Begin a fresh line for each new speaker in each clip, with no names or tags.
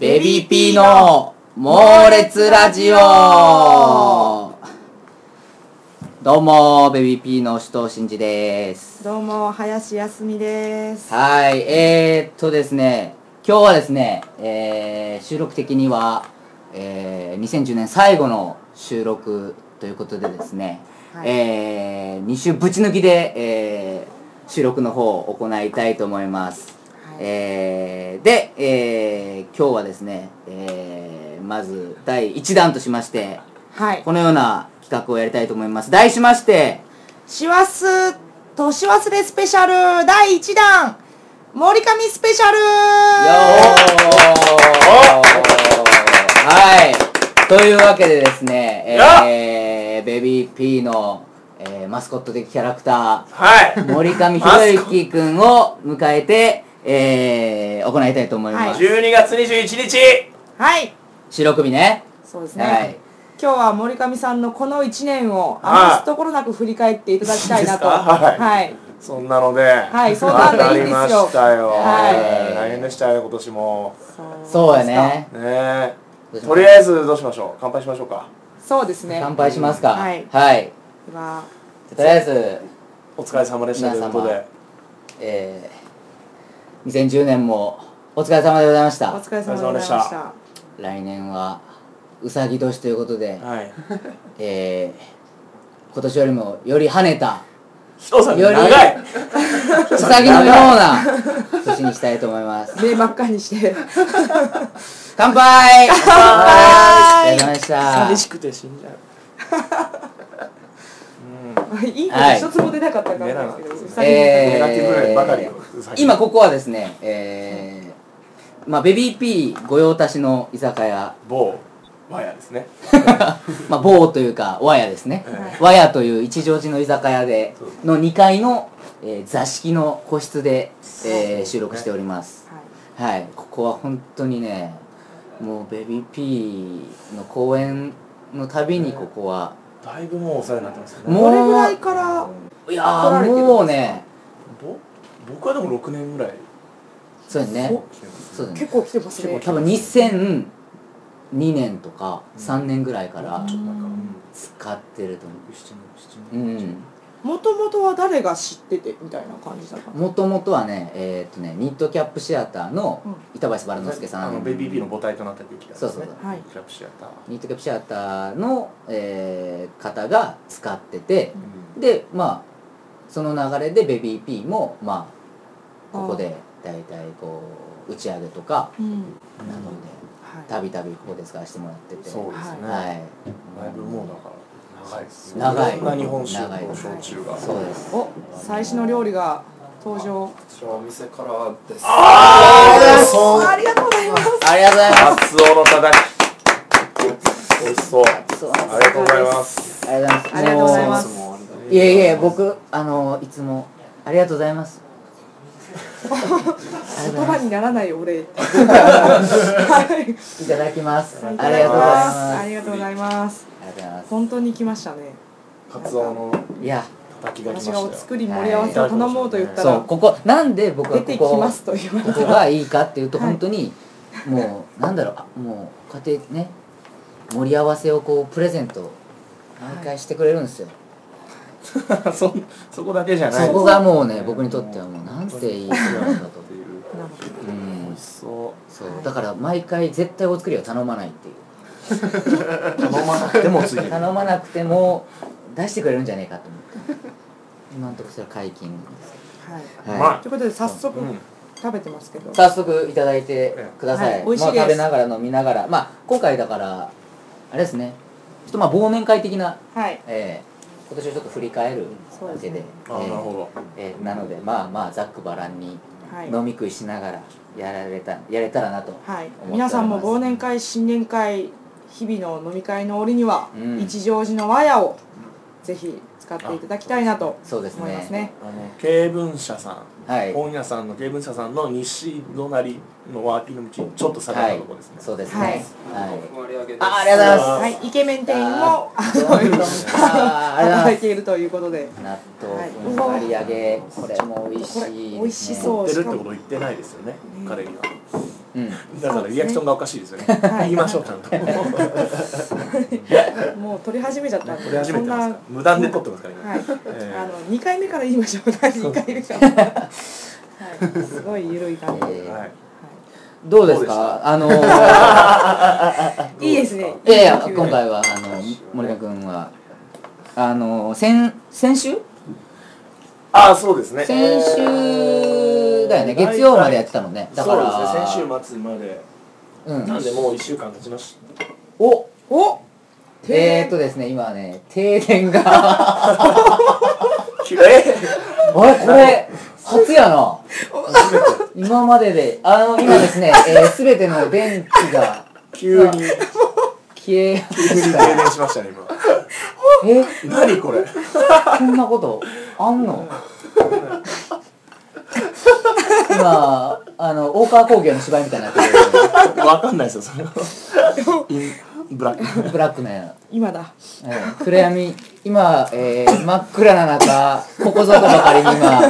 ベビーピーの猛烈ラジオどうも、ベビーピーの首藤真二です。
どうも林康美です。
はい、えー、っとですね、今日はですね、えー収録的には、えー2010年最後の収録ということでですね、
はい
え2週ぶち抜きで、えー収録の方を行いたいと思います。
はい
えーで、えー今日はですね、えーまず第1弾としまして、
はい
こ。のような企画をやりたいと思います。題しまして、
師走年忘れスペシャル第一弾森上スペシャル。
よーはい。というわけでですね、えー、ベビー P の、えーマスコット的キャラクタ
はい。
ー、森上博之くんを迎えて、えー、行いたいと思います。
は
12月21日
はい。
白首ね。
そうですね。
はい。
今日は森上さんのこの一年を余すところなく振り返っていただきたいなと。
はいですか
はい。
そんなので。
は
はい
そんなんでいいんですよ
わかりましたよ。
はい
大変でしたよ、今年も。
そうや。ね。
ねえ
どうしましょう
とりあえずどうしましょう乾杯しましょうか。
そうですね。
乾杯しますか。
はい
はい。
今
とりあえず、
お疲れ様でしたということで。
えー、2010年もお疲れ様でございまし
お
た。
疲れ様でございまし。
お疲れ様でした
来年は、うさぎ年ということで、
はい。
えー、今年よりもより跳ねた、
人さん
より
長い。
うさぎのような年にしたいと思います。
目真っ赤にして。
乾杯
は
お疲れ様でした。
寂しくて死んじゃう。
い。いいこと一つも出なかったからなんですけど。うさぎの
えー
ネガティブ面ばかりよ。うさぎ
今ここはですね、えー、まあ、ベビーピー御用達の居酒屋、
某ワヤですね。
まあ、某というか、和屋ですね。和屋という一乗寺の居酒屋で
そうで、す
の2階の、えー座敷の個室で、
うです
えー収録しております。
はい
はい、ここは本当にね、もうベビーピーの公演のたびにここは、
だいぶもうお世話になってますね。
もう
どれぐらいから
いや
来ら
ー
れてるんですか
もうね、
ぼ僕はでも六年ぐらい
そうだね、
来てます。
そうだね
結、構来てますね
多分2002年とか3年ぐらいから
ちょっとなんかうん
使ってると思う。
六七年七
う
年。
ん、
もともとは誰が知っててみたいな感じだったの
もともとはね、えーっとね、ニットキャップシアターの板橋バラ之助さ
あの
ん、
ベビービーの母体となった時期だったんです
そうそう
ね
そうはい
クラップシアター
ニットキャップシアターの、えー方が使ってて、
う
でまあその流れでベビー P もまあここで大体こう打ち上げとか
うん
などで
は
たびたびここで使わせてもらってて
そうですね、
はい
だいぶもうだから長いですね
長い
ろんな日本酒
長い
と焼酎が
そうです
い、お最初の料理が登場
じゃあお店からです。
そう
ありがとうございます
ありがとうございま
カツオのたたき美味しそう
す
ありがとうございます
ありがとうございます
ありがとうございます
も
もうあれだ
ういえいえ僕あのいつもありがとうございます
言葉にならないお礼はい
いただきますあり
い
がとうござ
ただ
い
きます
ます
あ
あり
りがとうございます
がとうございます
本当に来ましたね
カツオの
いや
たたきが来ま
私
した
が
よ
お作り盛り合わせを頼もうと言った
そ
ら、
うここなんで僕は
出
こ
て
こ
きますと言われ
ここ
て
がいいかっていうと
はい
本当にもうなんだろうあもうこうやってね盛り合わせをこうプレゼント毎回してくれるんですよ、
そそこだけじゃない
そこがもうね僕にとってはもうなんていいプレゼントだと
っていう
なので
うん
美味しそう
そうだから毎回絶対お作りは頼まないっていう
頼まなくてもついてくる
頼まなくても出してくれるんじゃねえかと思って今のところそれは解禁です、
はい
まあ
ということで早速
うん
食べてますけど、
早速いただいてください、
はい美味しい
まあ
です
食べながら飲みながらまあ今回だからあれですねちょっとまあ忘年会的な
はい
えー、今年をちょっと振り返る
そう
わ
です
け
ね
で
あなるほど
えーえーなのでまあまあざっくばらんに
はい
飲み食いしながらやられたやれたらなと、
は
思ってお
い
ります、
皆さんも忘年会新年会日々の飲み会の折には、
うん
一乗寺の和屋をぜひ使っていただきたいなと
そうです
思います
ね
ね
あの経文社さん
はい
本屋さんの芸文社さんの西隣の脇の道ちょっと下がっ
は
た
い
ところですね、
そうですねはい、
僕割り上げです。
あありがとうございます
あ
はいイケメン店員も
あーありがとうござ
働
い
いているということで
ます納
は
豆
い
割り上げこれも美味しいです、ね、
これ美味しそう
売ってるってこと言ってないですよね、
うん
彼には
うん
だからリアクションがおかしいですよね。
はい
言いましょう、ちゃんと。
もう撮り始めちゃったんで
撮り始め
そん
てますか
な
ら。無断で撮ってますから、今。
はい、
ええ
あの二回目から言いましょう。二回目から。はい、すごい緩い感じで。
えー
はい
どうです
どうでし
かあのー
いいですね。
いやいや
いい
今回はあの森田君はあのー先先週
ああ、そうですね。
先週だよね
えー
月曜までやってたもんねだから
そうですね先週末まで
うん
なんでもう一週間経ちまし
お
お、
えー、っとですね今ね停電 が
た。きれい。
あれこれ初やな
初めて。
今までであの今ですね、えー、全ての電気が
急に、
消えま
急に
し
停
た
電しましたね、今。
え
何これ。
こんなことあんの 今あの大川工業の芝居みたいになってる
わかんないですよ、それは。インブラック。
ブラックね、
今だ。
えー暗闇今、えー真っ暗な中ここぞとばかりに今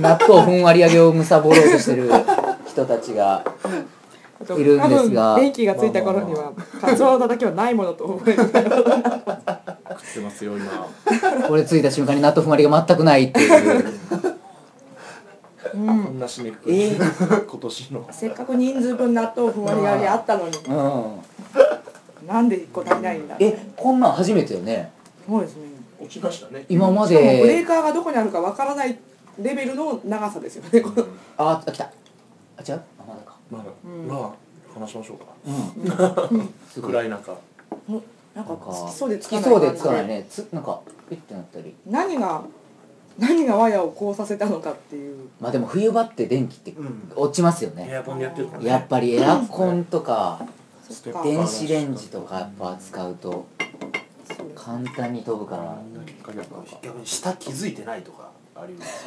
納豆ふんわり揚げをむさぼろうとしてる人たちがいるんですが
多分電気がついた頃には、 カツオのだけはないものと思える。
食ってますよ、今。
これ着いた瞬間に納豆ふんわりが全くないっていう
こんな締めくくり。今年の。
せっかく人数分納豆ふんわり揚げあったのに、
うん
なんで一個足りないんだ。
えこんなん初めてよね
そうですね。
落ちましたね。
今ま
しかもブレー
で
カーがどこにあるかわからないレベルの長さですよ ね。この
ああ来たあ違うあまだか
まあ、
うん
まあ、話しましょうか。
すごい
暗い中。
なんか
なんか
つきそうで
つ
つか
き
ない。
そうでつかない。ねつなんかピッてなったり
何が何がワヤをこうさせたのかっていう。
まあでも冬場って電気って
うん
落ちますよ
エ
ね、
アコンでやってるからね。
やっぱりエアコンとか
そっか。
電子レンジとかやっぱ使うと
そうです
簡単に飛ぶから
逆に下気づいてないとかあります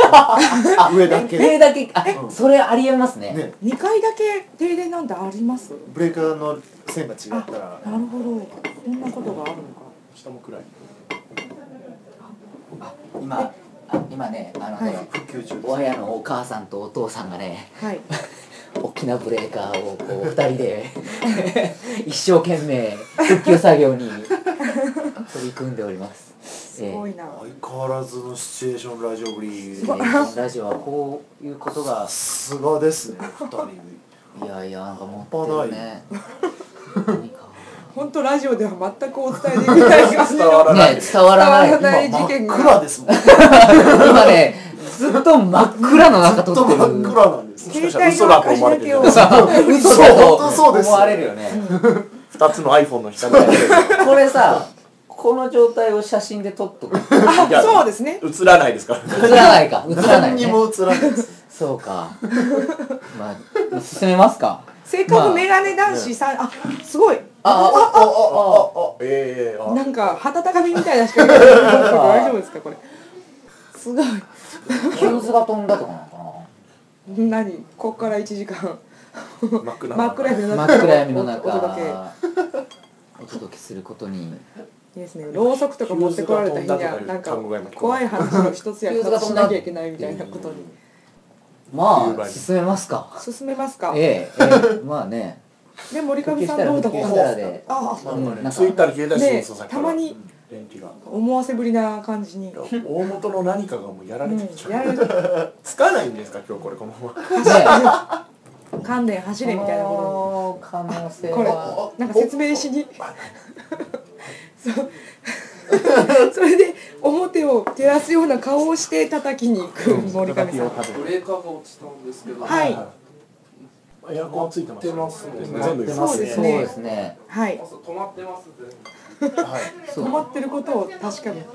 上だ
それ
け
だけあそれありえますね
ね
二回だけ停電なんてあります。
ブレーカーの線が違ったら
なるほど。こんなことがあるのか。
下も暗い。
あ今あ今ねあのね、
はい
復旧中です
お部屋のお母さんとお父さんがね
はい。
大きなブレーカーをこう二人 で一生懸命復旧作業に取り組んでおります。す
すごいな。
相変わらずのシチュエーションラジオぶり
えーラジオはこういうことが
さすがですね二人
いやいやなんか持ってる ね。何か
本当ラジオでは全くお伝えできない感じ
ね伝
の。
ら
わらない
伝わらない
今真っ暗ですもんずっ
今ねずっと真っ暗の中撮
と
ってる。
真っ暗なんです
携帯の明かりだけを。
嘘
そう本当そう
だ
です
と思われるよね。
二つの iPhone の下に入ってる
これさこの状態を写真で撮っとく。
あ、そうですね。
映らないですから
映らないか映らない
何に
ね。
も映らないです
そうか。まあ進めますか。
せっかくメガネ男子さん、あ、すごい。
ああ
あああええあ
なんか旗高みみたいなしか見え ない。大丈夫ですかこれ。すごい。
ヒューズが飛んだとかなのかな。
何？こっから一時間
真っ暗
真っ暗闇の
真
中。
っ暗闇の
お届け。
中お届けすることに
いいですね、ろうそくとか持ってこられた日にはなんか怖い話の一つ や二つしなきゃいけないみたいなことに
ま
夕
あ
張
進めますか
進めますか
ええええまあね
で森上さんどうだったん
復旧したら
で
です
かあ
うんなんか
ツイッターに消えた
あで
りしてるんですよ
たまに
電気が
思わせぶりな感じに、う
大元の何かがもうやられてきち
ん、や
ゃう
られる
つかないんですか今日これこのまま
観念走れみたいなこ
この可能性
とにこ
は
れなんか説明しにそう それで表を照らすような顔をして叩きに行く森上さ
叩きを
ん
立て
ブレーカーが落ちたんですけど、
はい
エアコンついてます
出ますね
全部出ます
そうです
そう
ね
ですね
はい
朝止まってますって。
そ
止
う
まってることを確かめる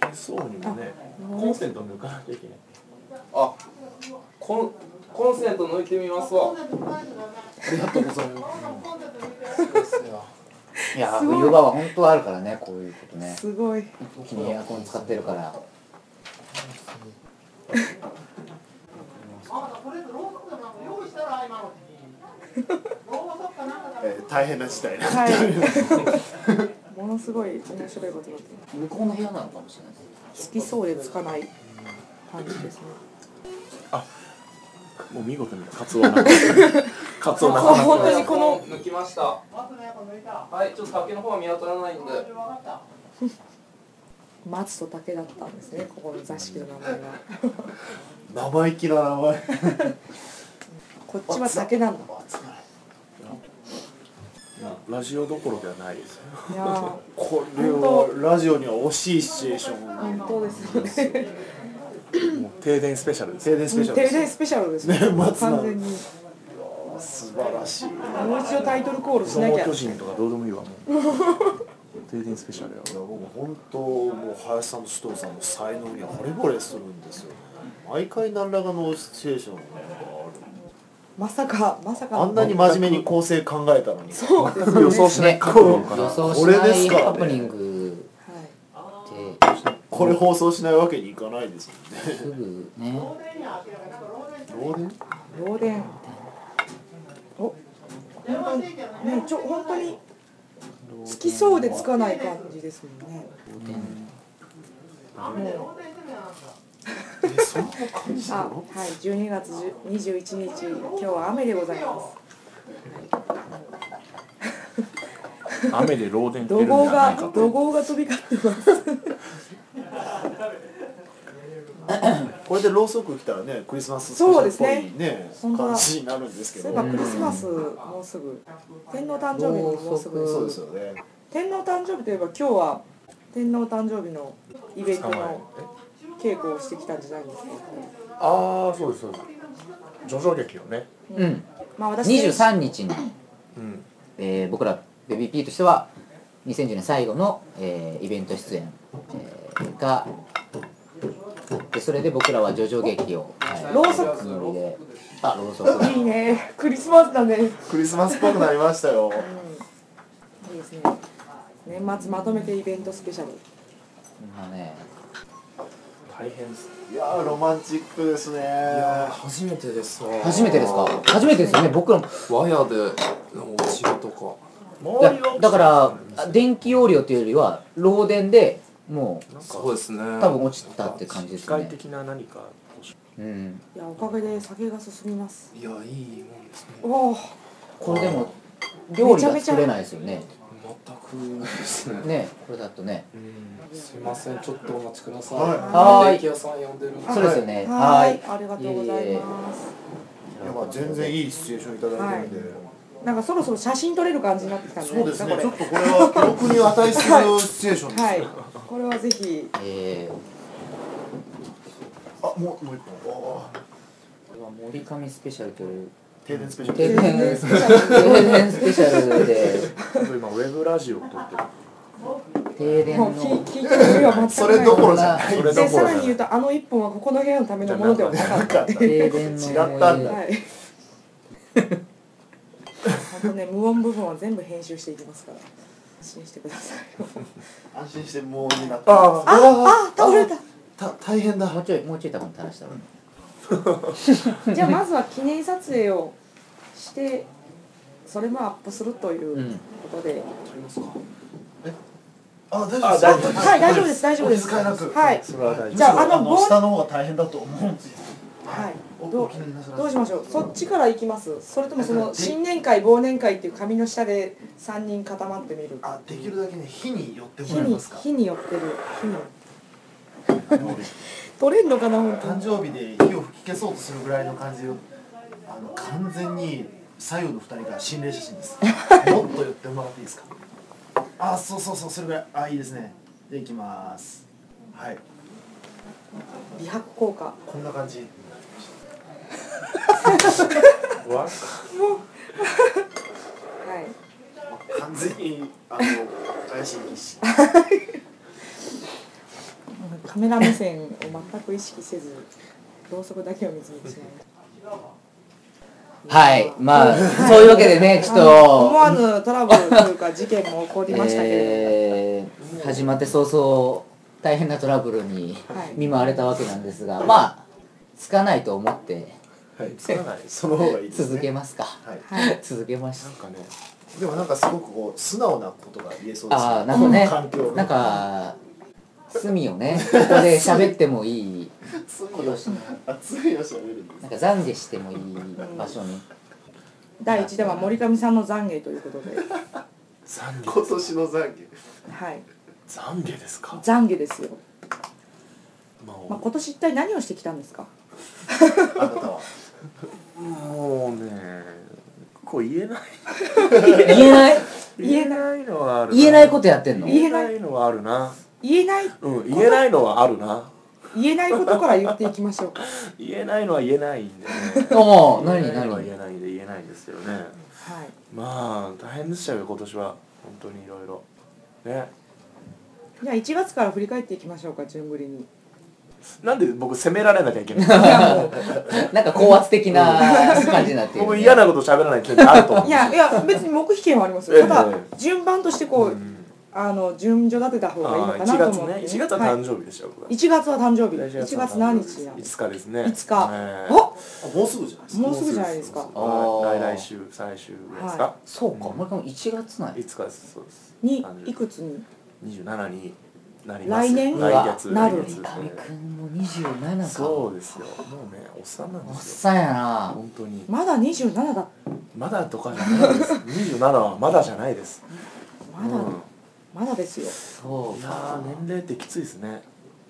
消そうにもねコンセント抜かなきゃいけない
あ、コンコンセント抜いてみますわ。
ありがとうございます
いや
すごい
冬場は本当はあるからねこういうことね
すごい
一気にエアコン使ってるから
えー大変な事態な
はい。ものすごい面白いことだと思う
向こうの部屋なのかもしれないです
つきそうでつかない感じですね。
もう見事にカツオなカツオな
あ本当にこの
抜きましたはいちょっと竹の方は見当たらないんで
松と竹だったんですねここの座敷の名前が
生意気な名前
こっちは竹なんだ
ラジオどころではないですよ
いやー
これはラジオには惜しいシチュエーション
本当ですよね
もう停電スペシャルです
停電スペシャル
テ
で
レ
す
ビスペシャルです
ね松菜
完全に
素晴らしい
もう一度タイトルコールし
相
なき
撲
ゃ
巨人とかどうでもいいわもう停電スペシャルや
いや僕本当もう林さんと首藤さんの才能に惚れ惚れするんですよね毎回何らかのシチュエーションが
まさかまさか
あるあんなに真面目に構成考えたのに
そうです
予想しない
ね
過去のから
予想し
これで
な
す
い
からね
ハプニング
はい
って
これ放送しないわけにいかないです
すぐね
もんね
漏電お本当にねちょ本当につきそうでつかない感じですもんねもう
えそんな感じ
あ
なの
はい12月21日今日は雨でございます
雨で漏電ってる
怒
ん
号
じゃな
が
いか
怒号が飛び交ってます
これでろうそく来たらねクリスマススペシ
そう
ャル
で
っ
す
ぽい
ね
ね
本当だ
感じになるんですけ
そう
ど
いえばクリスマスもうすぐ天皇誕生日ももうすぐ
ろ
そう
そ
で
く
すよね
天皇誕生日といえば今日は天皇誕生日のイベントの稽古をしてきたんじゃないですか、
ああそうですそうです叙々劇をね
うん
まあ私
23日に、
うん
えー僕らベビー P としては2010年最後の、えーイベント出演、えーがでそれで僕らは叙々劇を、はい
ろうそく
ノリであろうそく
いいねクリスマスだねいい
クリスマスっぽくなりましたよ
ですね年末まとめてイベントスペシャル
まあね
大変です
いやーロマンチックですね
初めてですわ
初めてですか初めてですよね僕らも
わやでのお城とか
いやだからあ電気容量というよりは漏電でもう
そうですね
多分落ちたって感じで
機
す
械
ね
的な何か
うん
いやおかげで酒が進みます
いやいいもんですね
おお
これでも料理が作れないですよね
全くですね
ねこれだとね
すいませんちょっとお待ちください
はいはい
ケーキ屋さん呼んでるんで
そうですよね
は
はい
いありがとうございます
いやまあ全然いいシチュエーションいただいてるんで、
なんかそろそろ写真撮れる感じになってきたんじゃない
そ
うで
ですす
か
ねちょっ
こと
これは記録に値するシチュエーションです
れ
ね、
はいこれはぜひ
えー
あもうもう一本おー
これは森上スペシャ ルという
停電スペシャル
停電スペシャル停電スペシャルで
今ウェブラジオを撮ってる
停電
も
の
う聞聞いてるよ全くない
それどころじゃない
それ
でさ
どころ
らに言うとあの一本はここの部屋のためのものではなかったってい
停
う
電の
違ったんだ
はい本当ね無音部分は全部編集していきますから安心してください
安心してもうになったあ
ああ倒れた
た大変だ
もうちょいもうちょい多分垂らした方がいい
じゃあまずは記念撮影をしてそれもアップするということで、
あ大丈夫ですか
はい大丈夫です大丈夫です
お気遣いなく
はい
それは大
じゃああの棒
下の方が大変だと思うんですよ
はい
お
ど
お気になさ
う
らず
どうしましょうそっちから行きますそれともその新年会忘年会っていう紙の下で3人固まってみる
あできるだけね火に寄って
火
もらえ
に
ますか
火に寄ってる火に 取れんのかな本当
誕
に
生日で火を吹き消そうとするぐらいの感じをあの完全に左右の二人が心霊写真です もっと寄ってもらっていいですかあそうそうそうそれぐらいあいいですねでいきますはい
美白効果
こんな感じ
わ
はい
完全にあの怪しいし
カメラ目線を全く意識せずろうそくだけを見つめてしまいました
はいまあそういうわけでねちょっと
思わぬトラブルというか事件も起こりましたけれども、
えー始まって早々大変なトラブルに
はい
見舞われたわけなんですが、まあつかないと思って
はいつかないです
その方がいいですね
続けますか、
はい
はい
続けまし
なんかね
でもなんかすごくこう素直なことが言えそうです
ああなんかね
環境
たなんか隅をねここで喋ってもいい
罪を罪をしゃべるんです
なんか懺悔してもいい場所に
第1弾は森上さんの懺悔ということで、
懺
今
悔
年の懺悔
はい、
懺悔ですか、
懺悔ですよ。
まあ
まあ、今年一体何をしてきたんですか。
あなたは
もうねこう言えない
言えない
言えない
いのはある
言えないことやってんの
言
言
え
え
ない
ないのはあるな
言えない、
うん言えないのはあるな
言えないことから言っていきましょうか。
言えないのは言えないんでね
おう何
言えないのは言
何
えないんで言えないんですけどね
はい。
まあ大変でしたよ今年は本当にいろいろね
じゃあ1月から振り返っていきましょうか、順繰りに。い
なんで僕責められなきゃいけない
やも
なんか高圧的な感じになってる
僕嫌なこと喋らない権利あると思う
う
ん
い
ですよ
やいや別に黙秘権はありますよ。
ええ
ただ順番としてこう、
うん
あの順序立てた方がいいの
あ
か
あ
な
1
と
月
思って、
ね1月は誕生日でしょ、僕は
1月は誕生日
1
1月何日や
5日ですね
5日
ええ
お
あもうすぐじゃないですか
もうすぐじゃないですか
もうすぐです来来週最終ぐらいですか、
は
そうかもう一回も1月なんや
い、つかですそうです
に
誕生日
いくつに
27になります
来年
来月
うわ
来月
三上くんも27か
そうですよもうねおっさんなん
おっ
ですよ
さんやな
本当に
まだ27だ
まだとかじゃないです27はまだじゃないです
まだ、
うん
まだですよ
そう
いやー
か
年齢ってきついですね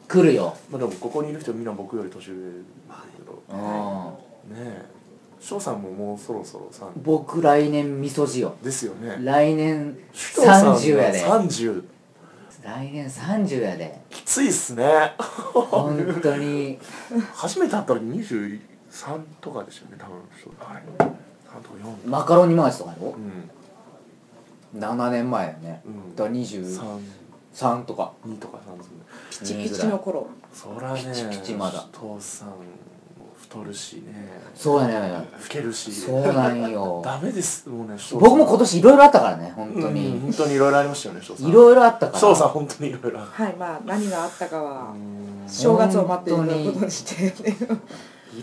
来るよ
まあでもここにいる人みんな僕より年上ですけど
うん
ねえ翔さんももうそろそろ3
僕来年みそじよ
ですよね
来年
首藤さんは
30やで
30
来年30やで
きついっすね
本当に
初めて会った時23とかでしたよね多分そうあれ3とか4
マカロニ回しとかやろ
うん
7年前よね
うん
だから23
32
とか
とか3ですね
ピ
ピチピチの頃
そらね
ピチピチまだ
首藤さん太るしね
そうやね
老けるし
そうなんよ
ダメですもうね
僕も今
年
年いろいろあったからね本当
うん、
に
本当にいろいろありましたよね翔さん
いろいろあったから
翔さん本当にいろいろ
はいまあ何があったかは
うん
正月を待っていることにして、
い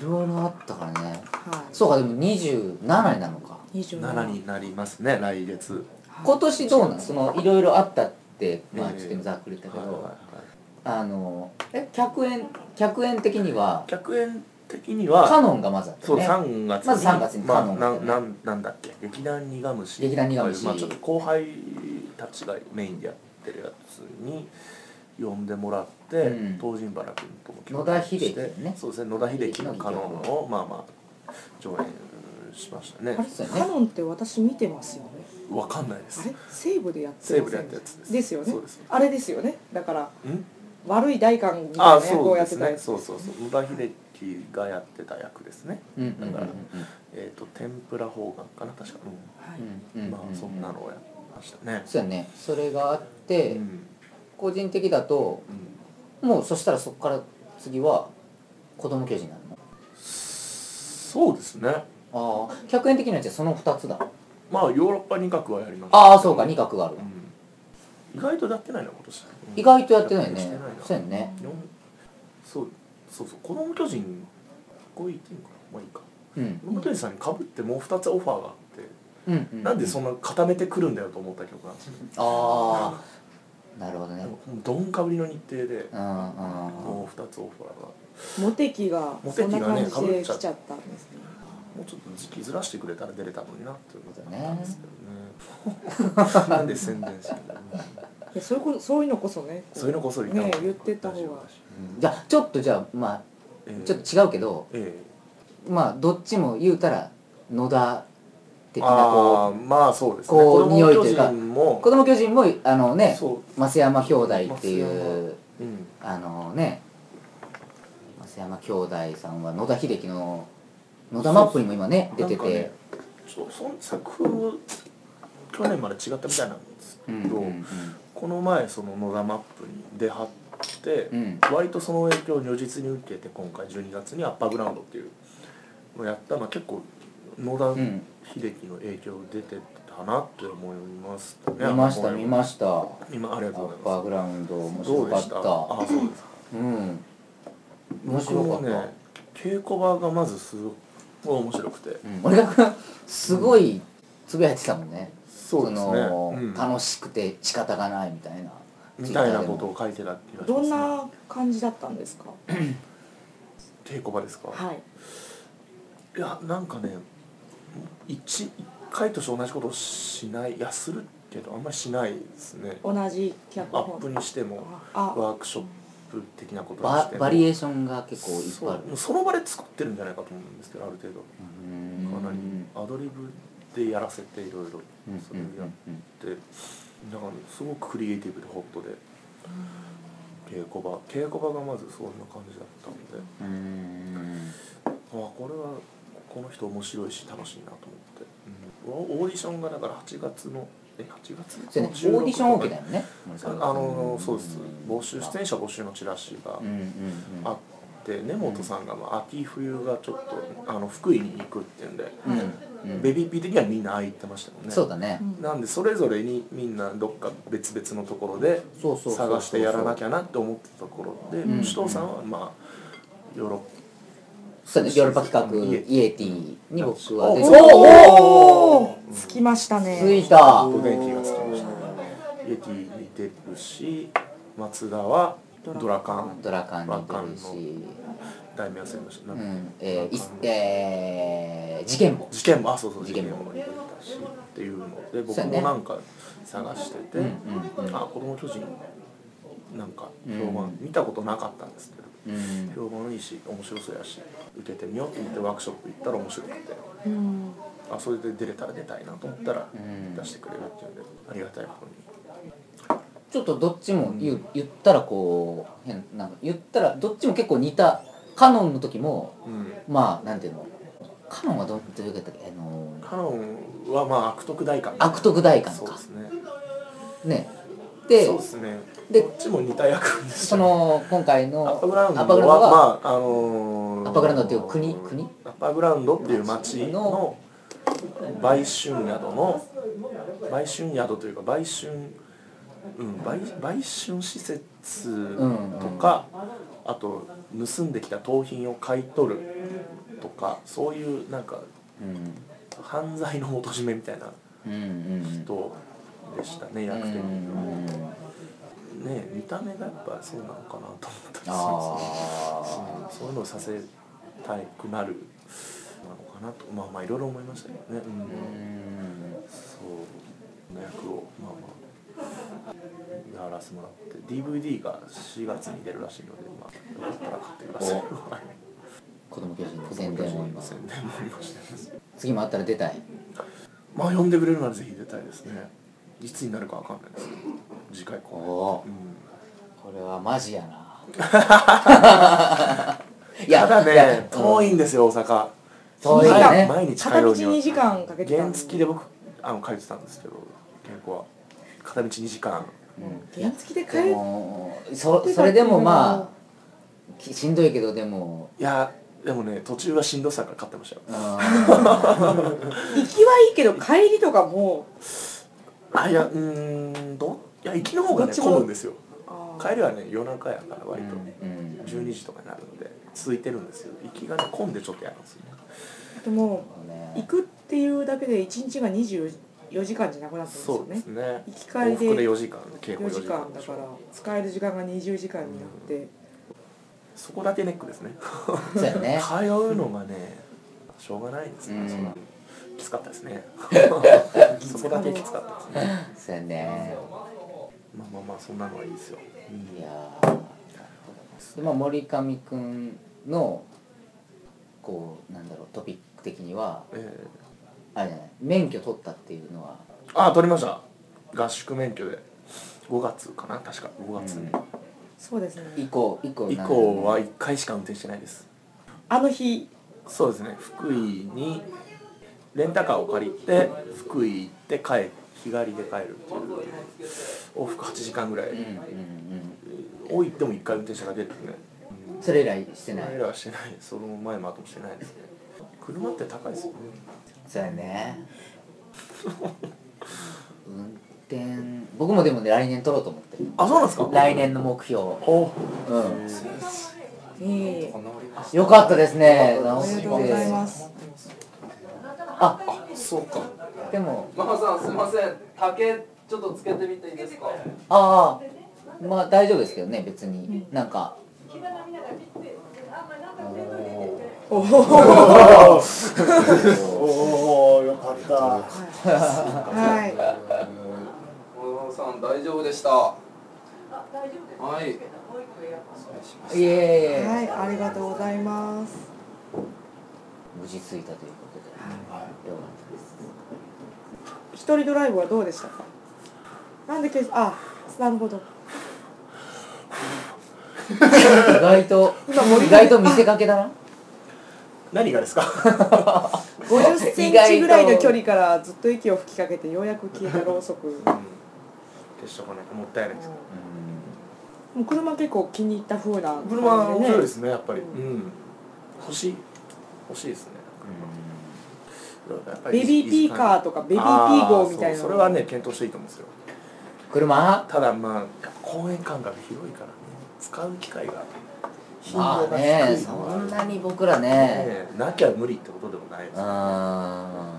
ろいろあったからね
は
そうかでも27になるのか
い27
7になりますね来月
今年どうなんそのいろいろあったってまあ
ええ
ちょっとざっくり言ったけ
はいはい
ど
はい
あのえ100円100円的には
客円的に
カ
は
ノンがまずあった
そ
よ
う
ね
3月に
まず3月に
ま
カノ
あ
ンが
な
ね
んなんなんだっけ劇団苦虫
劇団苦虫
まあちょっと後輩たちがメインでやってるやつに呼んでもらって、
うん
東神原君とも
野田秀樹ね
そうですね野田秀樹のカノンをまあまあ上演しましたね
あれ
そうやね
カノンって私見てますよね
わかんないで
あ
す
れ西部でやってません
西武でやったやつです
ですよね
そうです
あれですよねだから
ん
悪い代官みたいな
ああ
役
そ
を
う
やっ
で
て
す
たや
ね
つ
そうそうそう野田秀樹がやってた役ですね
うんうんうんうん
えっ、と天ぷら方眼かな確か、うん
はい
うんうんうん
まあそんなのをやりましたね。
そうやねそれがあっ
う
て、
ん
個人的だともうそしたらそこから次は子供教師になるの
そうですね。
ああ100円的にはじゃあその2つだ
まあヨーロッパ二角はやりました。
ああそうか2角がある
う
わ
ん意外とやってないな今年。
意外とやってないね
やって
そう
な
やんね
四そうそうそう子供巨人こう言っていいのかなまあいいか。
うん
子供巨人さんに被ってもう二つオファーがあって、
うん、うん、
なんでそんな固めてくるんだよと思った曲なんですよ。
ああなるほどね
もうどんかぶりの日程で
うんうん
もう二つオファーが。
モテキが
モテ
そん
期
な
が
感
ね
じ
被
で
っちゃ
来
う
ちゃったんですね
もうちょっと時期ずらしてくれたら出れたのになっていうこと
ね
なんですけどね。 なんで宣伝してるの？
いやそういうことそういうのこそね
そういうのこそ言った方が
ねえ言ってった方が
じゃあちょっとじゃあま
え
あ
え
ちょっと違うけど
え
まあどっちも言うたら野田
え
的な
ああ
こ
まあそうですね。
こう
子供
匂いというか
巨人も
う子供巨人もあのね
そ
増山兄弟っていう
増う、うん、
あのね増山兄弟さんは野田秀樹の野田マップにも今ね出て
なんかね
て、
ちょっとその作風も去年まで違ったみたいなんですけ
うん
ど、
うん
この前その野田マップに出張って、
うん
割とその影響を如実に受けて今回12月にアッパーグラウンドっていうのをやった、まあ、結構野田
うん
秀樹の影響出てたなって思いますね、
見ました
あの
見ましたア
今ありがとう
ッ
ござ
パ
い
ーグラウンド
ま
面
すど
白
う
か
で
っ
した
た
あそうです
うん面
僕
白か
も
った、
ね稽古場がまずすごい面白くて
うん、俺がすごいつぶやいてたもんね、
そうですね
の
うん
楽しくて仕方がないみたいな
みたいなことを書いてたって言わ
ど
れ
ん
てます、
な
ね、
感じだったんですか。
稽古場ですか、
はい。
いやなんかね一一回として同じことをしないいやするけどあんまりしないですね
同じ
ア
脚
ップ
本。
にしても
あ、
ワークショップ的なことにし
バ
ても
バリエーションが結構いっ
そ
ぱいあ
う
る
もうその場で作ってるんじゃないかと思うんですけどある程度
うん
かなり
うん
アドリブでやらせていろいろ
うん
それをやっ
うん
てなんかすごくクリエイティブでホットで稽古場稽古場がまずそんな感じだった
う
ので
んうん
あこれはこの人面白いし楽しいなと思って、うん、オーディションがだから8月のえ8月
そうやねオーディションを受けたよね
ああのそうです募集出演者募集のチラシが
うんうんうん
あって根本さんが、まあ、秋冬がちょっとあの福井に行くっていうんで、
うんうん
ベビーピー的にはみんなああ行ってましたもんね
そうだね
なんでそれぞれにみんなどっか別々のところで
そうそうそうそう
探してやらなきゃなって思ってたところで
ん
首藤さんはまあヨーロッ
そうだねヨーロッパ企
イエ
画
ティ
イエティに僕は
お
出
お
て
おお、つきましたね。
着いた
パ電気がつきましたイエティに出るし松田はドラカン
ドラカン
ドラ
に
カン
出るし
の題名忘れました、
う
なん
えーい
ドラカン
えー事件簿
事件もあそうそう
事
事
件
件
も
も出たしっていうので
そう
僕
やね
もなんか探してて、
うん
あ子供巨人なんか
うん
評判、見たことなかったんですけど
うん
評判いいし面白そうやし受けてみようと思ってワークショップ行ったら面白くて
うん。
あそれで出れたら出たいなと思ったら
ん
出してくれるっていうんでありがたいことに
ちょっとどっちも言う言ったらこう変なんか言ったらどっちも結構似たカノンの時も
うん
まあなんていうのカノンはどどういう方だっけあのー
カノンはまあ悪徳大官
悪徳大官
そう
か
ですね
ねで
そうですね
で
こっちも似た役でし
そ
たね
の今回
アッ
の
パーグラウンド
アッパーグラウンドは
はまああのー
アッパーグラウンドっていう国国
アッパーグラウンドっていう町の売春宿の売春宿というか売春うん売売春施設とか、あと盗んできた盗品を買い取るとかそういうなんか
うん
犯罪の元締めみたいな
うんうん
人でしたね役的
う
にはね
ん
え見た目がやっぱそうなのかなと思ったりしますね
ああ
うんそういうのをさせたくなるなのかなとまあまあいろいろ思いましたけどね、うんそうの役をまあまあやらせてもらって DVD が4月に出るらしいので、まあ、よかったら買ってくださいはい
子供巨人の宣伝も今
宣伝もありましたね
次もあったら出たい
まあ呼んでくれるならぜひ出たいですねいつになるかわかんないですけど次回
お
こ
お
う、うん、
これはマジや ない
ただ
いや
ね遠いんですよ大阪
遠いよ
毎
ね
毎日通
片道
うには
2時間かけてた
原
ん
付で僕あの帰ってたんですけど原稿は片道2時間
原付で帰
で
る
もそそれでもまあきしんどいけどでも
いやでもね途中はしんどさが勝ってましたよ
うん
行きはいいけど帰りとかも
あいやうーんどいや行きの方が
ど
ね
っちも
混むんですよ
あー
帰りはね夜中やから割と
うん
12時とかになるので空いてるんですよ行きがね混んでちょっとやるんですよね
でも行
ね
くっていうだけで1日が24時間じゃなくなったんです
そ
よ
うで
ね
すね
行き帰
往
りで
復で4時間稽
4
古
時
4時
間
間
だから使える時間が20時間になって
そこだけネックですね
そうやね
通うのがねしょうがないです
う
ね
ん
そんなきつかったで すねそこだけきつかったですね
そうやね
まあまあまあそんなのはいいですよ。
いやーでまあ森上くんのこうなんだろうトピック的には
え
あれじゃない免許取ったっていうのは
ーあ取りました。合宿免許で5月かな確か5月に、
そうです
以
ね
降以降なん
以
だよね
降は1回しか運転してないです。
あの日
そうですね福井にレンタカーを借りて福井行って帰る日帰りで帰るっていう往復8時間ぐらい、
うんうんうん
多いっても1回運転しただけですね。うん
それ以来してない
それらはしてないその前も後もしてないですね。車って高いですよね。
そうやね運転僕もでもね来年取ろうと思ってる
あそうなんですか。
来年の目標、う
お
ん、
ええ
よかったですね
お
直
め
して
でとうございます
あ
そうか。
でも
マハさんすみません竹ちょっとつけてみていいですか
ああまあ大丈夫ですけどね別になんか
お ー
おおよかった
は
小野さん大丈夫でした。はい。
いえい
い、
え、
はい、ありがとうございます。
無事着いたということで、よかったです
一人ドライブはどうでしたか。なんでけ、あ、なるほど。
意外と意外と見せかけだな
何がですか
五十センチぐらいの距離からずっと息を吹きかけてようやく消えたろうそく。
うん消しとかないともったいないです
もう車結構気に入った風な感じでね。
車面白いですねやっぱりうん欲しい欲しいですね
ベビーピーカーとかベビーピーゴーみたいな
あーそうそれはね検討していいと思うんですよ
車
ただまあやっぱ公園感が広いからね使う機会が頻
まあ
度が低
ね
い
そ
のはある
んなに僕ら
ね
ね
えなきゃ無理ってことでもないう
ーん
です
あ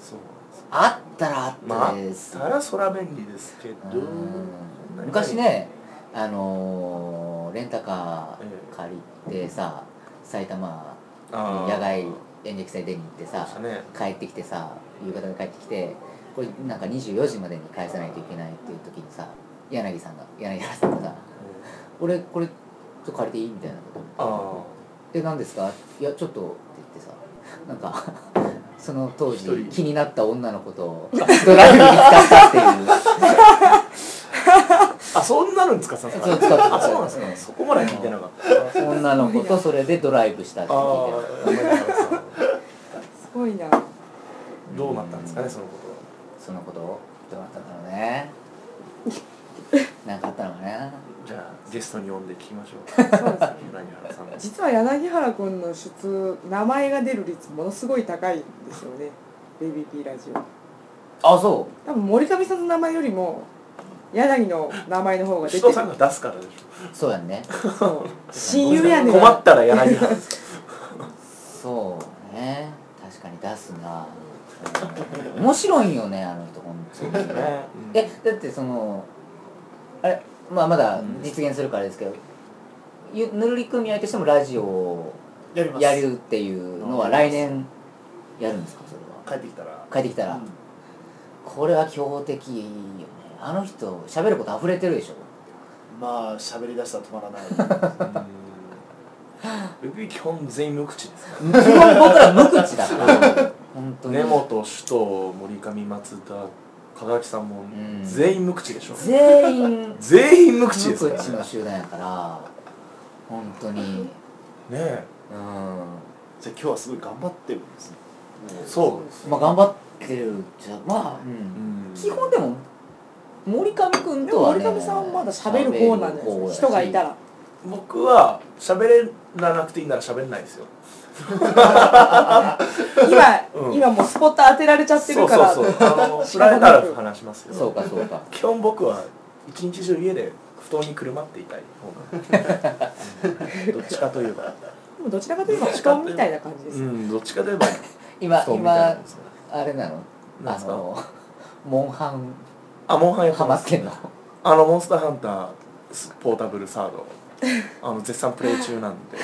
そうなんです
ったら
ま
あっ
あ
たで
あ
す、
たらそら便利ですけど
うーん昔ねあのーレンタカー借りてさ埼玉
あー
野外演劇祭出に行ってさ
そうでしたね
帰ってきてさ夕方で帰ってきてこれなんか24時までに返さないといけないっていう時にさ柳さんが柳原さんがさ「俺これちょっと借りていい?」みたいなこと
ああ
え何ですか?」「いやちょっと」って言ってさなんかその当時
一人
気になった女の子とドライブに使ったっていう
あそんなのに使ってたんです
そう使
か
ってた
あそうなんですかそこまで聞いてなかった
女の子とそれでドライブしたって聞いて
あ
る
あ山田さ
すごいな。
んどうなったんですかねそのことは
そのことどうなったんだろうねなんかあったのかな
じゃあゲストに呼んで聞きましょう
そうですね。
何原さんの
実は柳原君の出名前が出る率ものすごい高いんですよねベビーピーラジオ
あそ
多分森上さんの名前よりも柳の名前の方が出て
人
る
さんが出すからでし
うそうやんね
そう
ょ
親友やねん
困ったら柳原さん
そうね確かに出すな、うん面白いんよねあの人本当に
ねうん
えだってそのあれまあまだ実現するからですけど、ゆぬるり組合としてもラジオを
やります
やるっていうのは来年やるんですかそれは
帰ってきたら
帰ってきたら、
うん
これは強敵よねあの人喋ること溢れてるでしょ
まあ喋り出したら止まらない
うん僕基本全員無口ですか
基本僕ら無口だから本当
ら
に
根本首都森上松田加垣さんも
ん
全員無口でしょ
全員
全員無口
無
ですから
口の集団やから本当に
ねね
うん
じゃあ今日はすごい頑張ってるんですね
えそうです
まあ頑張ってるじゃまあ、う、
うんん
基本でも森上くん
で
と
も
は、
森
ね、
上さんはまだ喋る方なんですよ人がいたら
僕は喋れらなくていいなら喋れないですよ
今、
うん
今もうスポット当てられちゃってるから
そうそうそうあの
仕
振
方
ら
な
れ
く
たら話しますよ
そうかそうか
基本僕は一日中家で布団にくるまっていたい方なん でうんどっちかといえば
でもどちらかといえば布団みたいな感じです、
うんどっちかといえば
今
布団みたいな
今
もんですね
あれなの
なん
あ
すか
のモンハン
あモンハンやって
ハマ
ま
っ
す
て んの
あのモンスターハンタースポータブルサ ードあの絶賛プレイ中なんで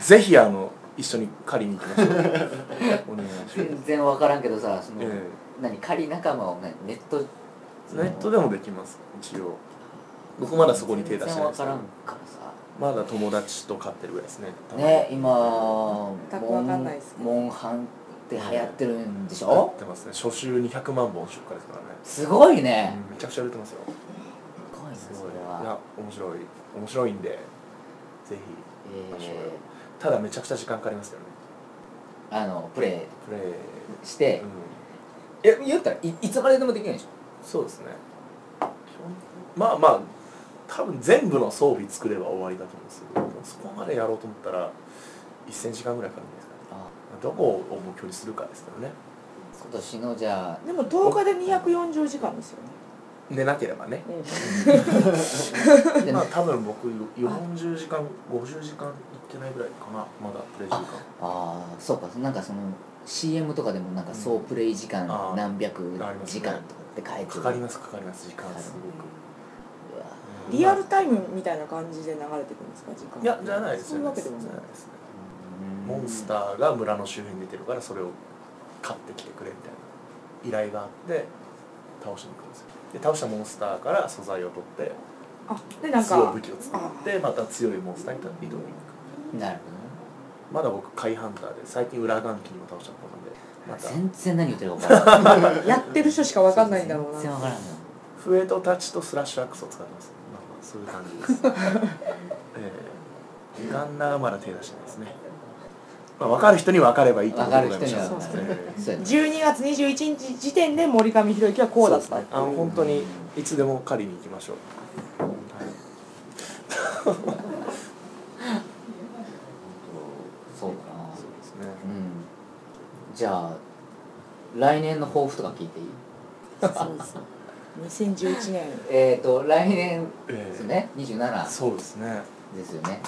ぜひあの一緒に借りに行きましょ うお願いします
全然分からんけどさその、
え
何仮仲間を、ね、ネット
えネットでもできます一応僕まだそこに手出してな
全然
い
分
です
か
け
ら
ど
んからさ
まだ友達と飼ってるぐらいですね
ね今
全く
モ
わかんない
ン
です
モンハンって流行ってるんでし
や
ょ
ってますね初週200万本出荷ですからね
すごいね
うんめちゃくちゃ売れてますよ
すごいね
す
そ
ごい
れ
い
は
や面白い面白いんでぜひ
え
ただめちゃくちゃ時間かかりますけどね
ーあのプレ
プレイ、
イして
うん、
え言ったらいいつまででもできるんでしょ
そうですねまあまあ多分全部の装備作れば終わりだと思うんですけどそこまでやろうと思ったら1000時間ぐらいかかるんじゃないで
あ
すかねどこを目標にするかですけどね
今年のじゃあ
でも10日で240時間ですよね、
寝なければね
うん
で
まあ多分僕40時間50時間いってないぐらいかなまだプレイ時間
ああそうかなんかその CM とかでもなんか総プレイ時間
うんあー
何百
あります
時
ね
間とかって書いてる
かかりますかかります時間すごく、
うわ
うん
リアルタイムみたいな感じで流れてくるんですか時間
いやじゃないです
そういう
よ
わけでもない
ですねモンスターが村の周辺に出てるからそれを買ってきてくれみたいな依頼があって倒しに行くんですよで倒したモンスターから素材を取って
あでなん
強い
か
武器を作ってまた強いモンスターに挑む
なる
まだ僕カイハンターで最近裏眼にも倒したことなんでま
ほど
た
全然何言ってるか分からない
やってる人しかわかんないんだろうな
全然分からない
笛とタッチとスラッシュアックスを使ってますまあまあそういう感じです えー、ガンナーはまだ手出してないですねまあ、分かる人に分かればいいってことでございましょう
分かる人には
えー
そうやね
12月21日時点で森上博之はこうだった
そですねあの本当にいつでも狩りに行きましょう、はい
そうかな
そうですね
うんじゃあ来年の抱負とか聞いていい
そうです2011年
えっ、ー、と来年
え
です
ー
ね27
そうですね
ですよね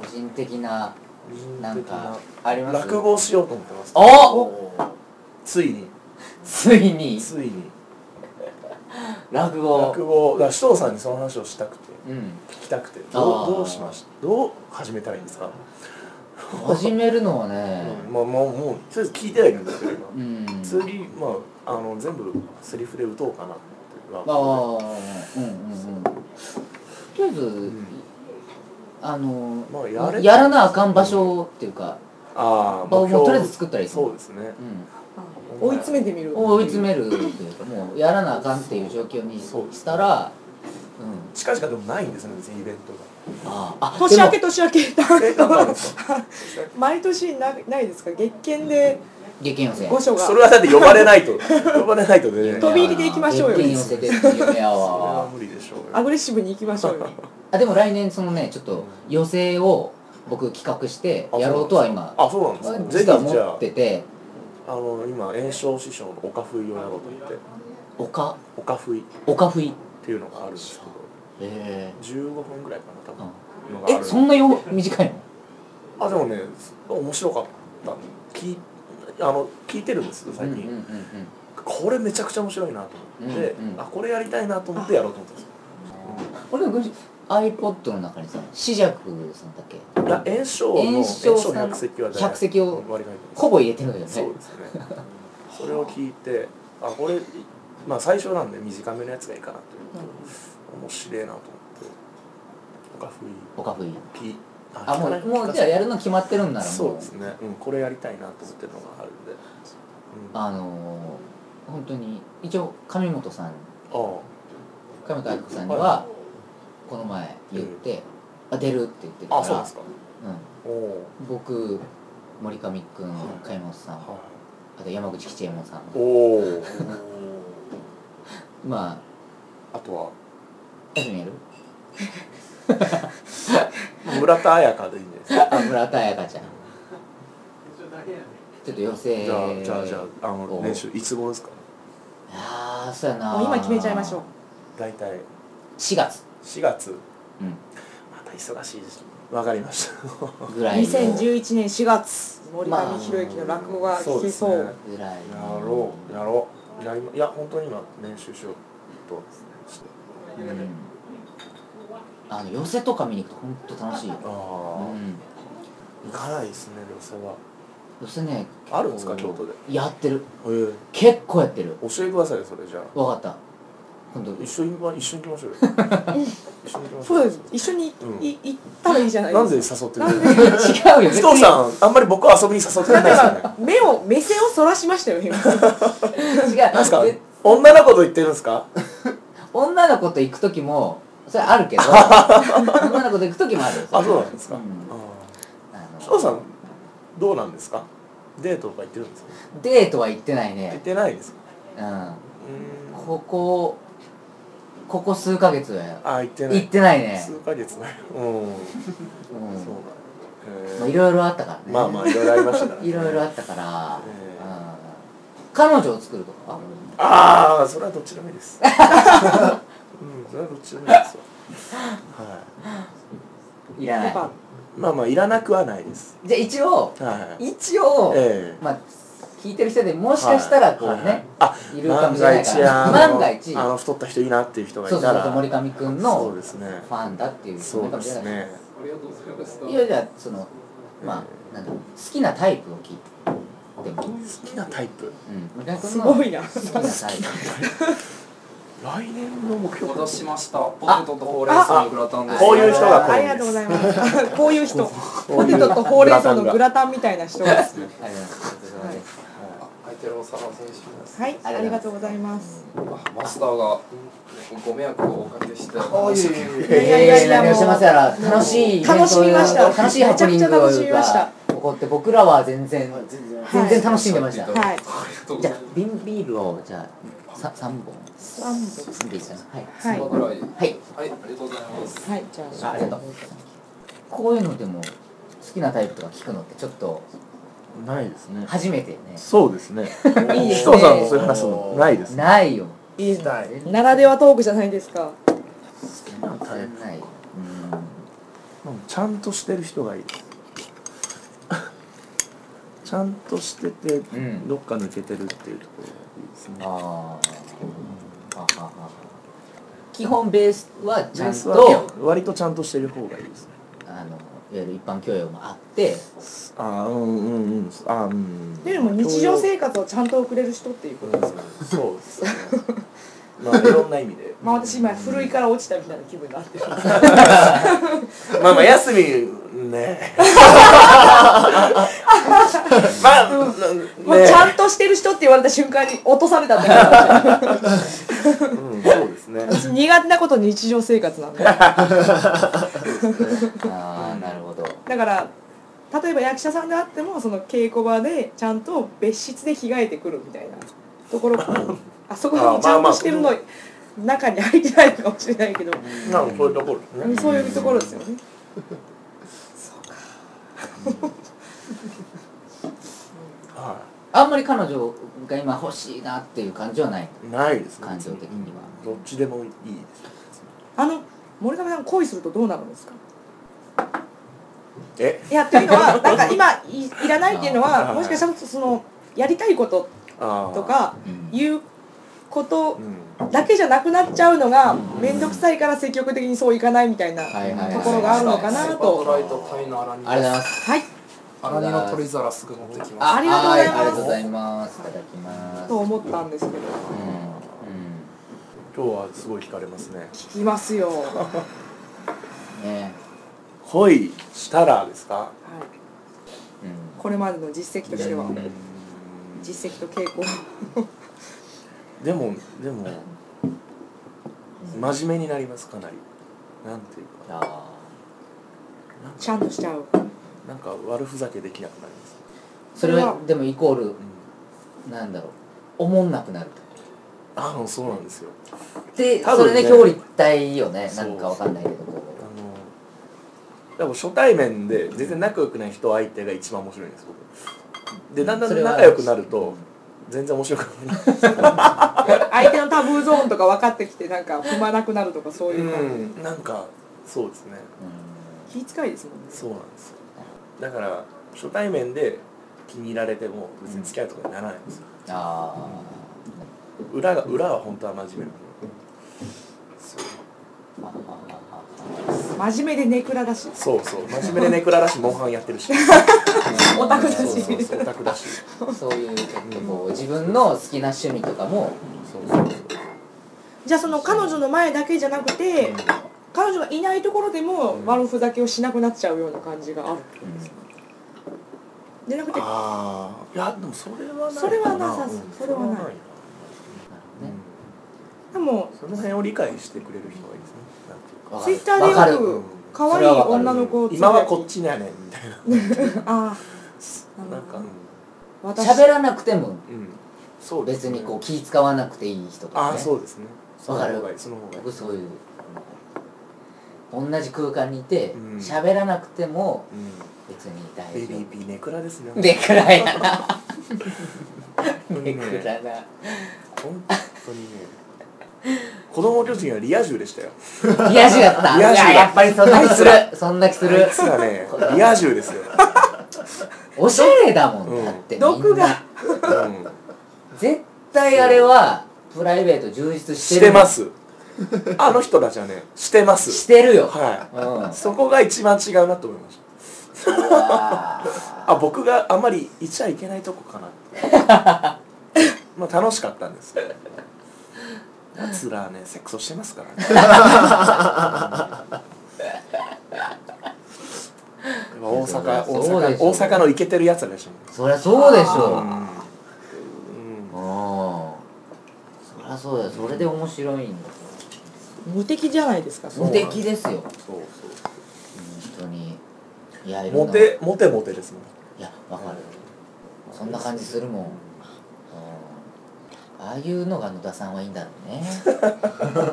う
個人的なんなんかあります
落語をしようと思ってます
お
ついに
ついに
ついに
落語
落語だから首藤さんにその話をしたくて
うん
聞きたくてど
あ
う
ー
どうしましたどう始めたらいいんですか、
始めるのはね
うん、まあもうもうとりあえず聞いてはいるんですけど今、
うん
次まああの全部セリフで打とうかなって
ああうんうんうんとりあえず、
ん
あの、
まあやれ
らなあかん場所っていうか、
ああ
まあもうとりあえず作ったらいい
そうですね
う
追い詰めてみる
ん、追い詰めるというかもうやらなあかんっていう状況に
そうですね
したらうん
近々でもないんですね別にイベントが
あああ
年明
で
け
も
年明け
えなんかあるんですか
毎年なないですか月見で
激変予選
御所が
それはだって呼ばれないと呼ばれないと ね
飛び入りで行きましょうよ
激変予選でっていう夢や
それは
わ
無理でしょうよ
アグレッシブに行きましょうよ
あでも来年そのねちょっと予選を僕企画してやろうとは今
あそうなんですか
実
ぜ
は
ひ
持
じゃあ
ってて
あの今炎症師匠のおかふいをやろうと思って
おか
おかふいっ
おかふい
ていうのがあるんですけど
え
15分ぐらいかな多分、のがあ
え
る
そんなよ短いの
あでもね面白かった聞いあの聞いてるんですよ最近、
うんうんうん
これめちゃくちゃ面白いなと思って、
うんうん
あこれやりたいなと思ってやろうと思ったんですよ
うん、俺の iPod の中にさ四尺さんだっけ
だ炎症の
炎
炎
症さ
症
ん
の百席は
百席を
割り替
ほぼ入れてるんだよ
えてそう
ね
ですねそれを聞いてあこれまあ最初なんで短めのやつがいいかなというと面白いなと思っておかふい
おかふい
ピ
あもう
聞か
も
な
う
い
じゃあやるの決まってるんならもう
そうですね、うん、これやりたいなと思ってるのがあるんで、うん、あ
あのー、本当に一応上本さん
あ
上本明子さんに
は
はこの前言って、あ出るって言ってるから
あそうですかおお
うん、僕森上君海本さん
は
あと山口吉右衛門さん
いおお
ま
あとは
あやるやる
村田彩香でいいんじゃないですか
あ村田彩香ちゃんちょっと寄せ
じゃあじゃあじゃああ
お
の
う
練習いつ頃ですか
ああそうやな
もう今決めちゃいましょう
大体
4月
4月
うん
また忙しいですわかりました
ぐらいの
2011年4月森上博之の落語が聞けそう,、
ですね
ぐらい
や
の
ろうやろういや今いや本当に今練習しようとして
うんあの寄せとか見に行くと本当楽しいよ、
ああ
う、ん、
行かないですね寄せは
寄せね
あるんですか京都で
やってる
え
結構やってる
え教えてくださいよそれじゃあ
わかった今 度
一緒に一緒に行きま しょうよ一緒に行きましょ
そうう
よ
です一緒にい、
うん
い行ったらいいじゃない
なんで
で
誘
す
って
なん
る
で
の
違うよ別
須藤さんあんまり僕は遊びに誘ってくれないですよね
か目を目線をそらしましたよ今
違う
なんすか
で
女の子と言ってるんですか
女の子と行く時もそれあ るけど女の子と行く時もあるよ
あそうなんですか、
う
うんん、
あ
須
の
藤さんどうなんですかデートとか行ってるんですか
デートは行ってない
行っ
ね
てないですか
うん
うーん
ここここ数ヶ月は
あ行ってない
行ってないね
数ヶ月前うん
うん
そうなん
まあ
へ
い
え
ろいろあったからね
まあまあいろいろありましたから、ね、
いろいろあったから、
ええ
うん彼女を作るとか
ああそれはどっちでもいいですうんそれはどっちでもいいですわはい
らない
やっ
じゃ
ぱ
いまあまあいらなくはないです
あ一応
はい
一応、
ええ
まあ聞いてる人でもしかしたらこうね、
あ
いるかも
万
しれな
が
いか
一
ら
あの
万が一
あの太った人いいなっていう人がい
そうそ
た
う
ら
そう森上君
そ
の
う
フ
ですね
ァンだっていう人もいる
そう
か
で
もしれ
す
ない
ね
ありがとうございました
いやじゃあそのまあなんだろう好きなタイプを聞いてもいいうん
好きなタイプ
森上
す
君の
ごいな。
好きなタイプ
来年の目標
戻しましたポテトとほうれん草のグラタンです
こういう人が好
あ
みで
り
す
がとうございます。 こういう人。
う
ポ
いう
テトとほうれん草の
グ
グラタンみたいな人です。
ありがとうございます
相手のお皿を選手です
はい、ありがとうございます。
あマスターがご迷惑をおかけして
おい
いやいやいやいや
何をしてますやら楽しいイベント
楽しみました
楽しいハプニングという
めちゃくちゃ
か起
楽
こって僕らは全然
はい全然
全然楽しんでました、
はい
はい。
ありがとうご
じゃ
ざい
あ
ます
瓶ビールをじゃあさ三本
三本。
飲んでいいですかはい
はい。
今ぐらいは
はい
いありがとうございます
はい、じゃ
あ
あ。
ありがとうこういうのでも好きなタイプとか聞くのってちょっと
ないですね
初めてね
そうですね
いいですね
人さんとそういう話するのないですね
ないよ
いい
たい
ならではトークじゃないですか。
全然ないうん
うんちゃんとしてる人がいいですちゃんとしてて
ん
どっか抜けてるっていうところがいいですね
あーああああ基本ベースはち
ベ
ゃ
ー
ん
スは
と
割とちゃんとしてる方がいいですね
あのいわゆる一般教養もあって
ああうんうんうんあーうん
というよりも日常生活をちゃんと送れる人っていうことですか。
そうですね まあいろんな意味で
まあ私今、古いから落ちたみたいな気分になってる。
まあまあ休み ねまあ
まあちゃんとしてる人って言われた瞬間に落とされたんだけど。
うんそうですね
私苦手なこと日常生活なんで。
ああなるほど
だから例えば役者さんであってもその稽古場でちゃんと別室で着替えてくるみたいなところあそこにちゃんとしてるの中に入ってないのかもしれないけど、
まあこういうところですね
そういうところですよね。
は
あんまり彼女が今欲しいなっていう感じはない
いないですね
感情的には
どっちでもいいです
あの森上さん恋するとどうなるんですか
え
いやというのはなんか今いいらないっていうの
あ
は
ー
もしかしたらそのやりたいこと
ああ
とか
うん
いうこと
うん
だけじゃなくなっちゃうのが面倒くさいから積極的にそういかないみたいな。
はいはいはい
ところがあるのかな
スーパードライとタイのアラニ
ありがとうございます
はい
アラニの取り皿すぐ持ってきます
ありがとうございます
はありがとうございます。いただきます。
と思ったんですけ
う
ど
ん。
今日はすごい聞かれますね
聞きますよ、は
うん。ね。
恋したらですか
い、
うん。
これまでの実績としては
うん
実績と稽古
でもでも真面目になりますかなりなんていうか
あ
なんか
ちゃんとしちゃう
なんか悪ふざけできなくなります、
ーそれはでもイコール
うん、
なんだろう。思んなくなると。
あのそうなんですよ
で、
多
そ
分
れ
ね
で表裏一体よね。
そ
な
うん
かわかんないけどこ
あの多分初対面で全然仲良くない人相手が一番面白いんです僕でだんだ
それ
ん
は
仲良くなると全然面白くない
相手のタブーゾーンとか分かってきてなんか踏まなくなるとかそういう感じ、
うんなんかそうですね
う。うん
気遣いですもんね
そうなんですよだから初対面で気に入られても別に付き合いとかにならないんですよ
あ
裏が裏は本当は真面目な
ーああ。
真面目でネクラだし
そうそう真面目でネクラだしモンハンやって るし
オタクだし
そうそうそうオタクだし
そういうちょっとこう自分の好きな趣味とかも
そうそうそう
じゃあその彼女の前だけじゃなくて彼女がいないところでも悪ふざけをしなくなっちゃうような感じがあるでなくて
ああいやでもそれはないかな
それはなさそう
うん
それはない
ね
でも
その辺を理解してくれる人がいいですねなんていうか
わか
ツイ
る
ッターで
わかる
よく可愛い女の子を
今はこっちだねみたいな
ああ
なんか
私
喋らなくても
うんそうです
別
ね
にこう気使わなくていい人とか
あ
ね
あそうですねその
わかる
方がいいその方がいい
僕そういう同じ空間にいて
うん
喋、らなくても
う
別に
ん
大
ベビ
丈
ーピーネクラですね
夫でくらいやな
うん
でくらいな
本当にね子供巨人はリア充でしたよ
リア充だったい
リア充だ
ややっぱりそんな気するそんな気す
あ
る
いつがねリア充ですよ
おしゃれだもん、
うん
だってみんな
毒が
うん
絶対あれはプライベート充実して
し
る
てますあの人たちはねしてます
してるよ、
は
うん、
いそこが一番違うなと思いましたあ僕があんまりいちゃいけないとこかな まあ楽しかったんですけどやつらはねセックスをしてますからねうんやっぱ大阪
そう
大
で
阪
しょ
大阪のイケてるやつらでしょ
そりゃそうでし
う
ょ
ん、うん
うんそりゃそうだよそれで面白いんだ
無敵じゃないですかそ
無
れ
敵ですよ
そう
本当にいやい
そう
ろんな
モテモテモテですもん
いやわかるそんな感じするもん、うんああいうのが野田さんはいいんだろうね野田秀樹さんいやーなるほ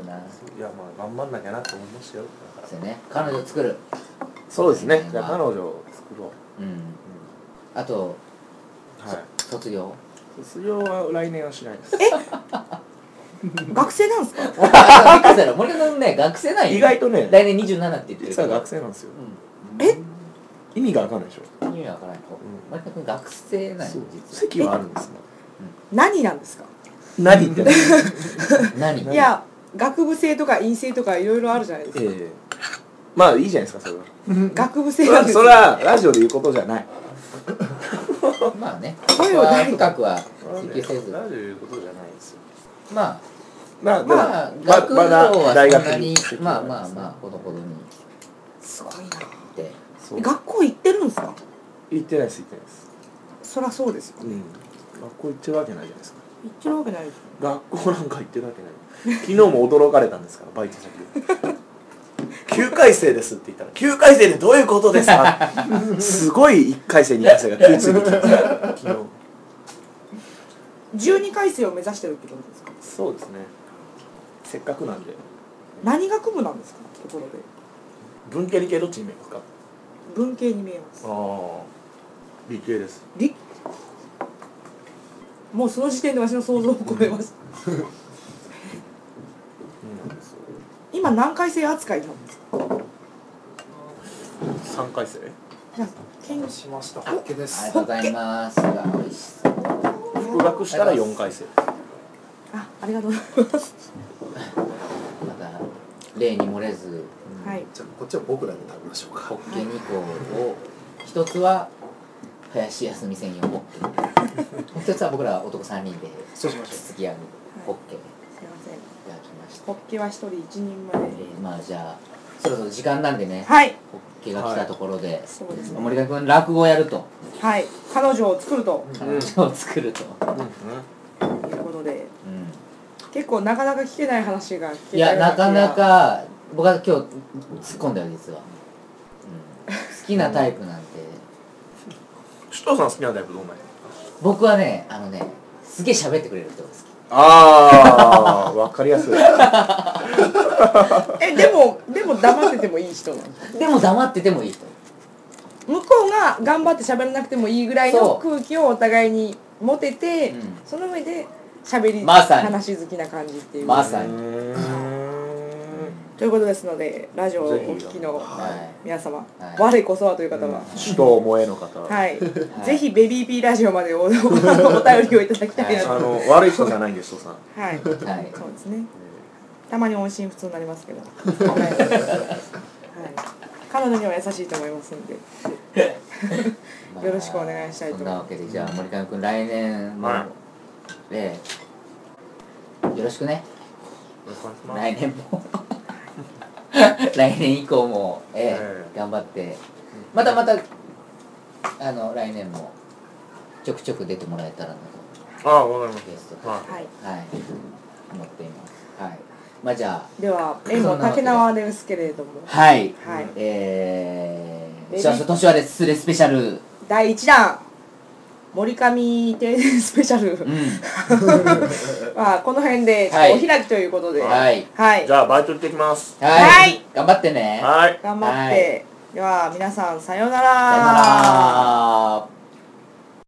どない
やまあ頑張んなきゃなと思いましたよ
そうね彼女作る
そうですね
うん
じゃあ彼女を作ろう、
うんあと
はい
卒業
卒業は来年はしないです
学生なんですか
森川君だろ森川君ね学生なんよ
意外とね
来年27って言ってる
実は学生なんですよ
え
意味がわかんないでしょ
うん意味わからないと
ん
森川君学生なんよ
そう
実
席はあるんですね
何なんですか
何って
は何
いや学部生とか院生とかいろいろあるじゃないですか、
ええまあいいじゃないですかそれは
学部
そ
生
れ
なん
は
です
それはラジオで言うことじゃない
まあねそ
声
れ
を
は
大に
深くは
ラジ
追
オ
求
で
せず
言うことじゃないですよ
まあ
まあでも
まあ学業
まだ
は
大
そ
学
んなに
席は
まあ
り
まあ
すね
まあほどほどに
すごい
って
そう
な学校行ってるんですか
行ってないです行ってないです
そりゃそうですよ
うん学校行ってるわけないじゃないですか
行ってるわけないです
学校なんか行ってるわけない昨日も驚かれたんですからバイト先で9回生ですって言ったら「9回生でどういうことですか?」 すごい1回生2回生が食いついてきた昨日
12回生を目指してるってことですか
そうですねせっかくなんで
何学部なんですかところで
文系理系どっちに見えますか
文系に見えます
ああ理系です
りもうその時点で私の想像を超えます
うんなんですよ
今何回生扱いなんですか
3回生
じゃあ研
しました。オッケーで
ありが
す
と。うございますうわ美味しそう
復学したら4回生
あありがとうございます
また例に漏れず
はい
じゃあこっちは僕らで食べましょう
ホ
か。
ッケ2個を一つは林康美専用ホッケ一つは僕ら男3人で
そうしましょう。
突き上げホッケい
すいません
ただきました
ホッケは一人一人前
えーまあじゃあそろそろ時間なんでね
はい
ホッケが来たところで、
そうですね
森田君落語やると
はい彼女を作ると
彼女を作ると、
いうことで
うん
結構なかなか聞けない話が聞けた
いや
ような
な
気が
かなか僕は今日突っ込んだよ実は、うん、好きなタイプなんて
首藤さん好きなタイプどんな
僕はねあのねすげえ喋ってくれる人が好き
ああ分かりやす い
えでもでも黙っててもい い人なの
でも黙っててもいい人
向こうが頑張って喋らなくてもいいぐらい
そ
の
う
空気をお互いに持てて、
うん
その上で喋り、
まさに
話好きな感じっていう、
まさ
う
に、
ーん
ということですのでラジオをお聞きの
は
皆様、
はい
我こそはという方は、
首藤萌えの方
はい、
い
ぜひベビーピーラジオまでお お便りをいただきたいなと、
あ
は
の悪い人じゃないんですとさん。
い、
い
はい、
そうですねたまに音信不通になりますけど、はいはい彼女には優しいと思いますんでよろしくお願いしたいと
そん
思います
なわけでじゃあ森上君来年も、
は
ええよろしくね来年も 来年以降も、ええ
え
頑張ってまたまたあの来年もちょくちょく出てもらえたらなと
ああ、わかり
ゲストで、
ま
は
し
はい
い、思っていますはいまあじゃ
では縁も竹縄ですけれども
あはい、
はい
ええ
レディー
幸せ年はです失礼スペシャル
第1弾森上定年スペシャル、
うん
まあこの辺でちょっ
はい
とお開きということでは、
はいい
た。じゃあ、バイト行ってきます。
はい、
はい
頑張ってね
はい。
頑張って、では皆さんさようなら
さよなら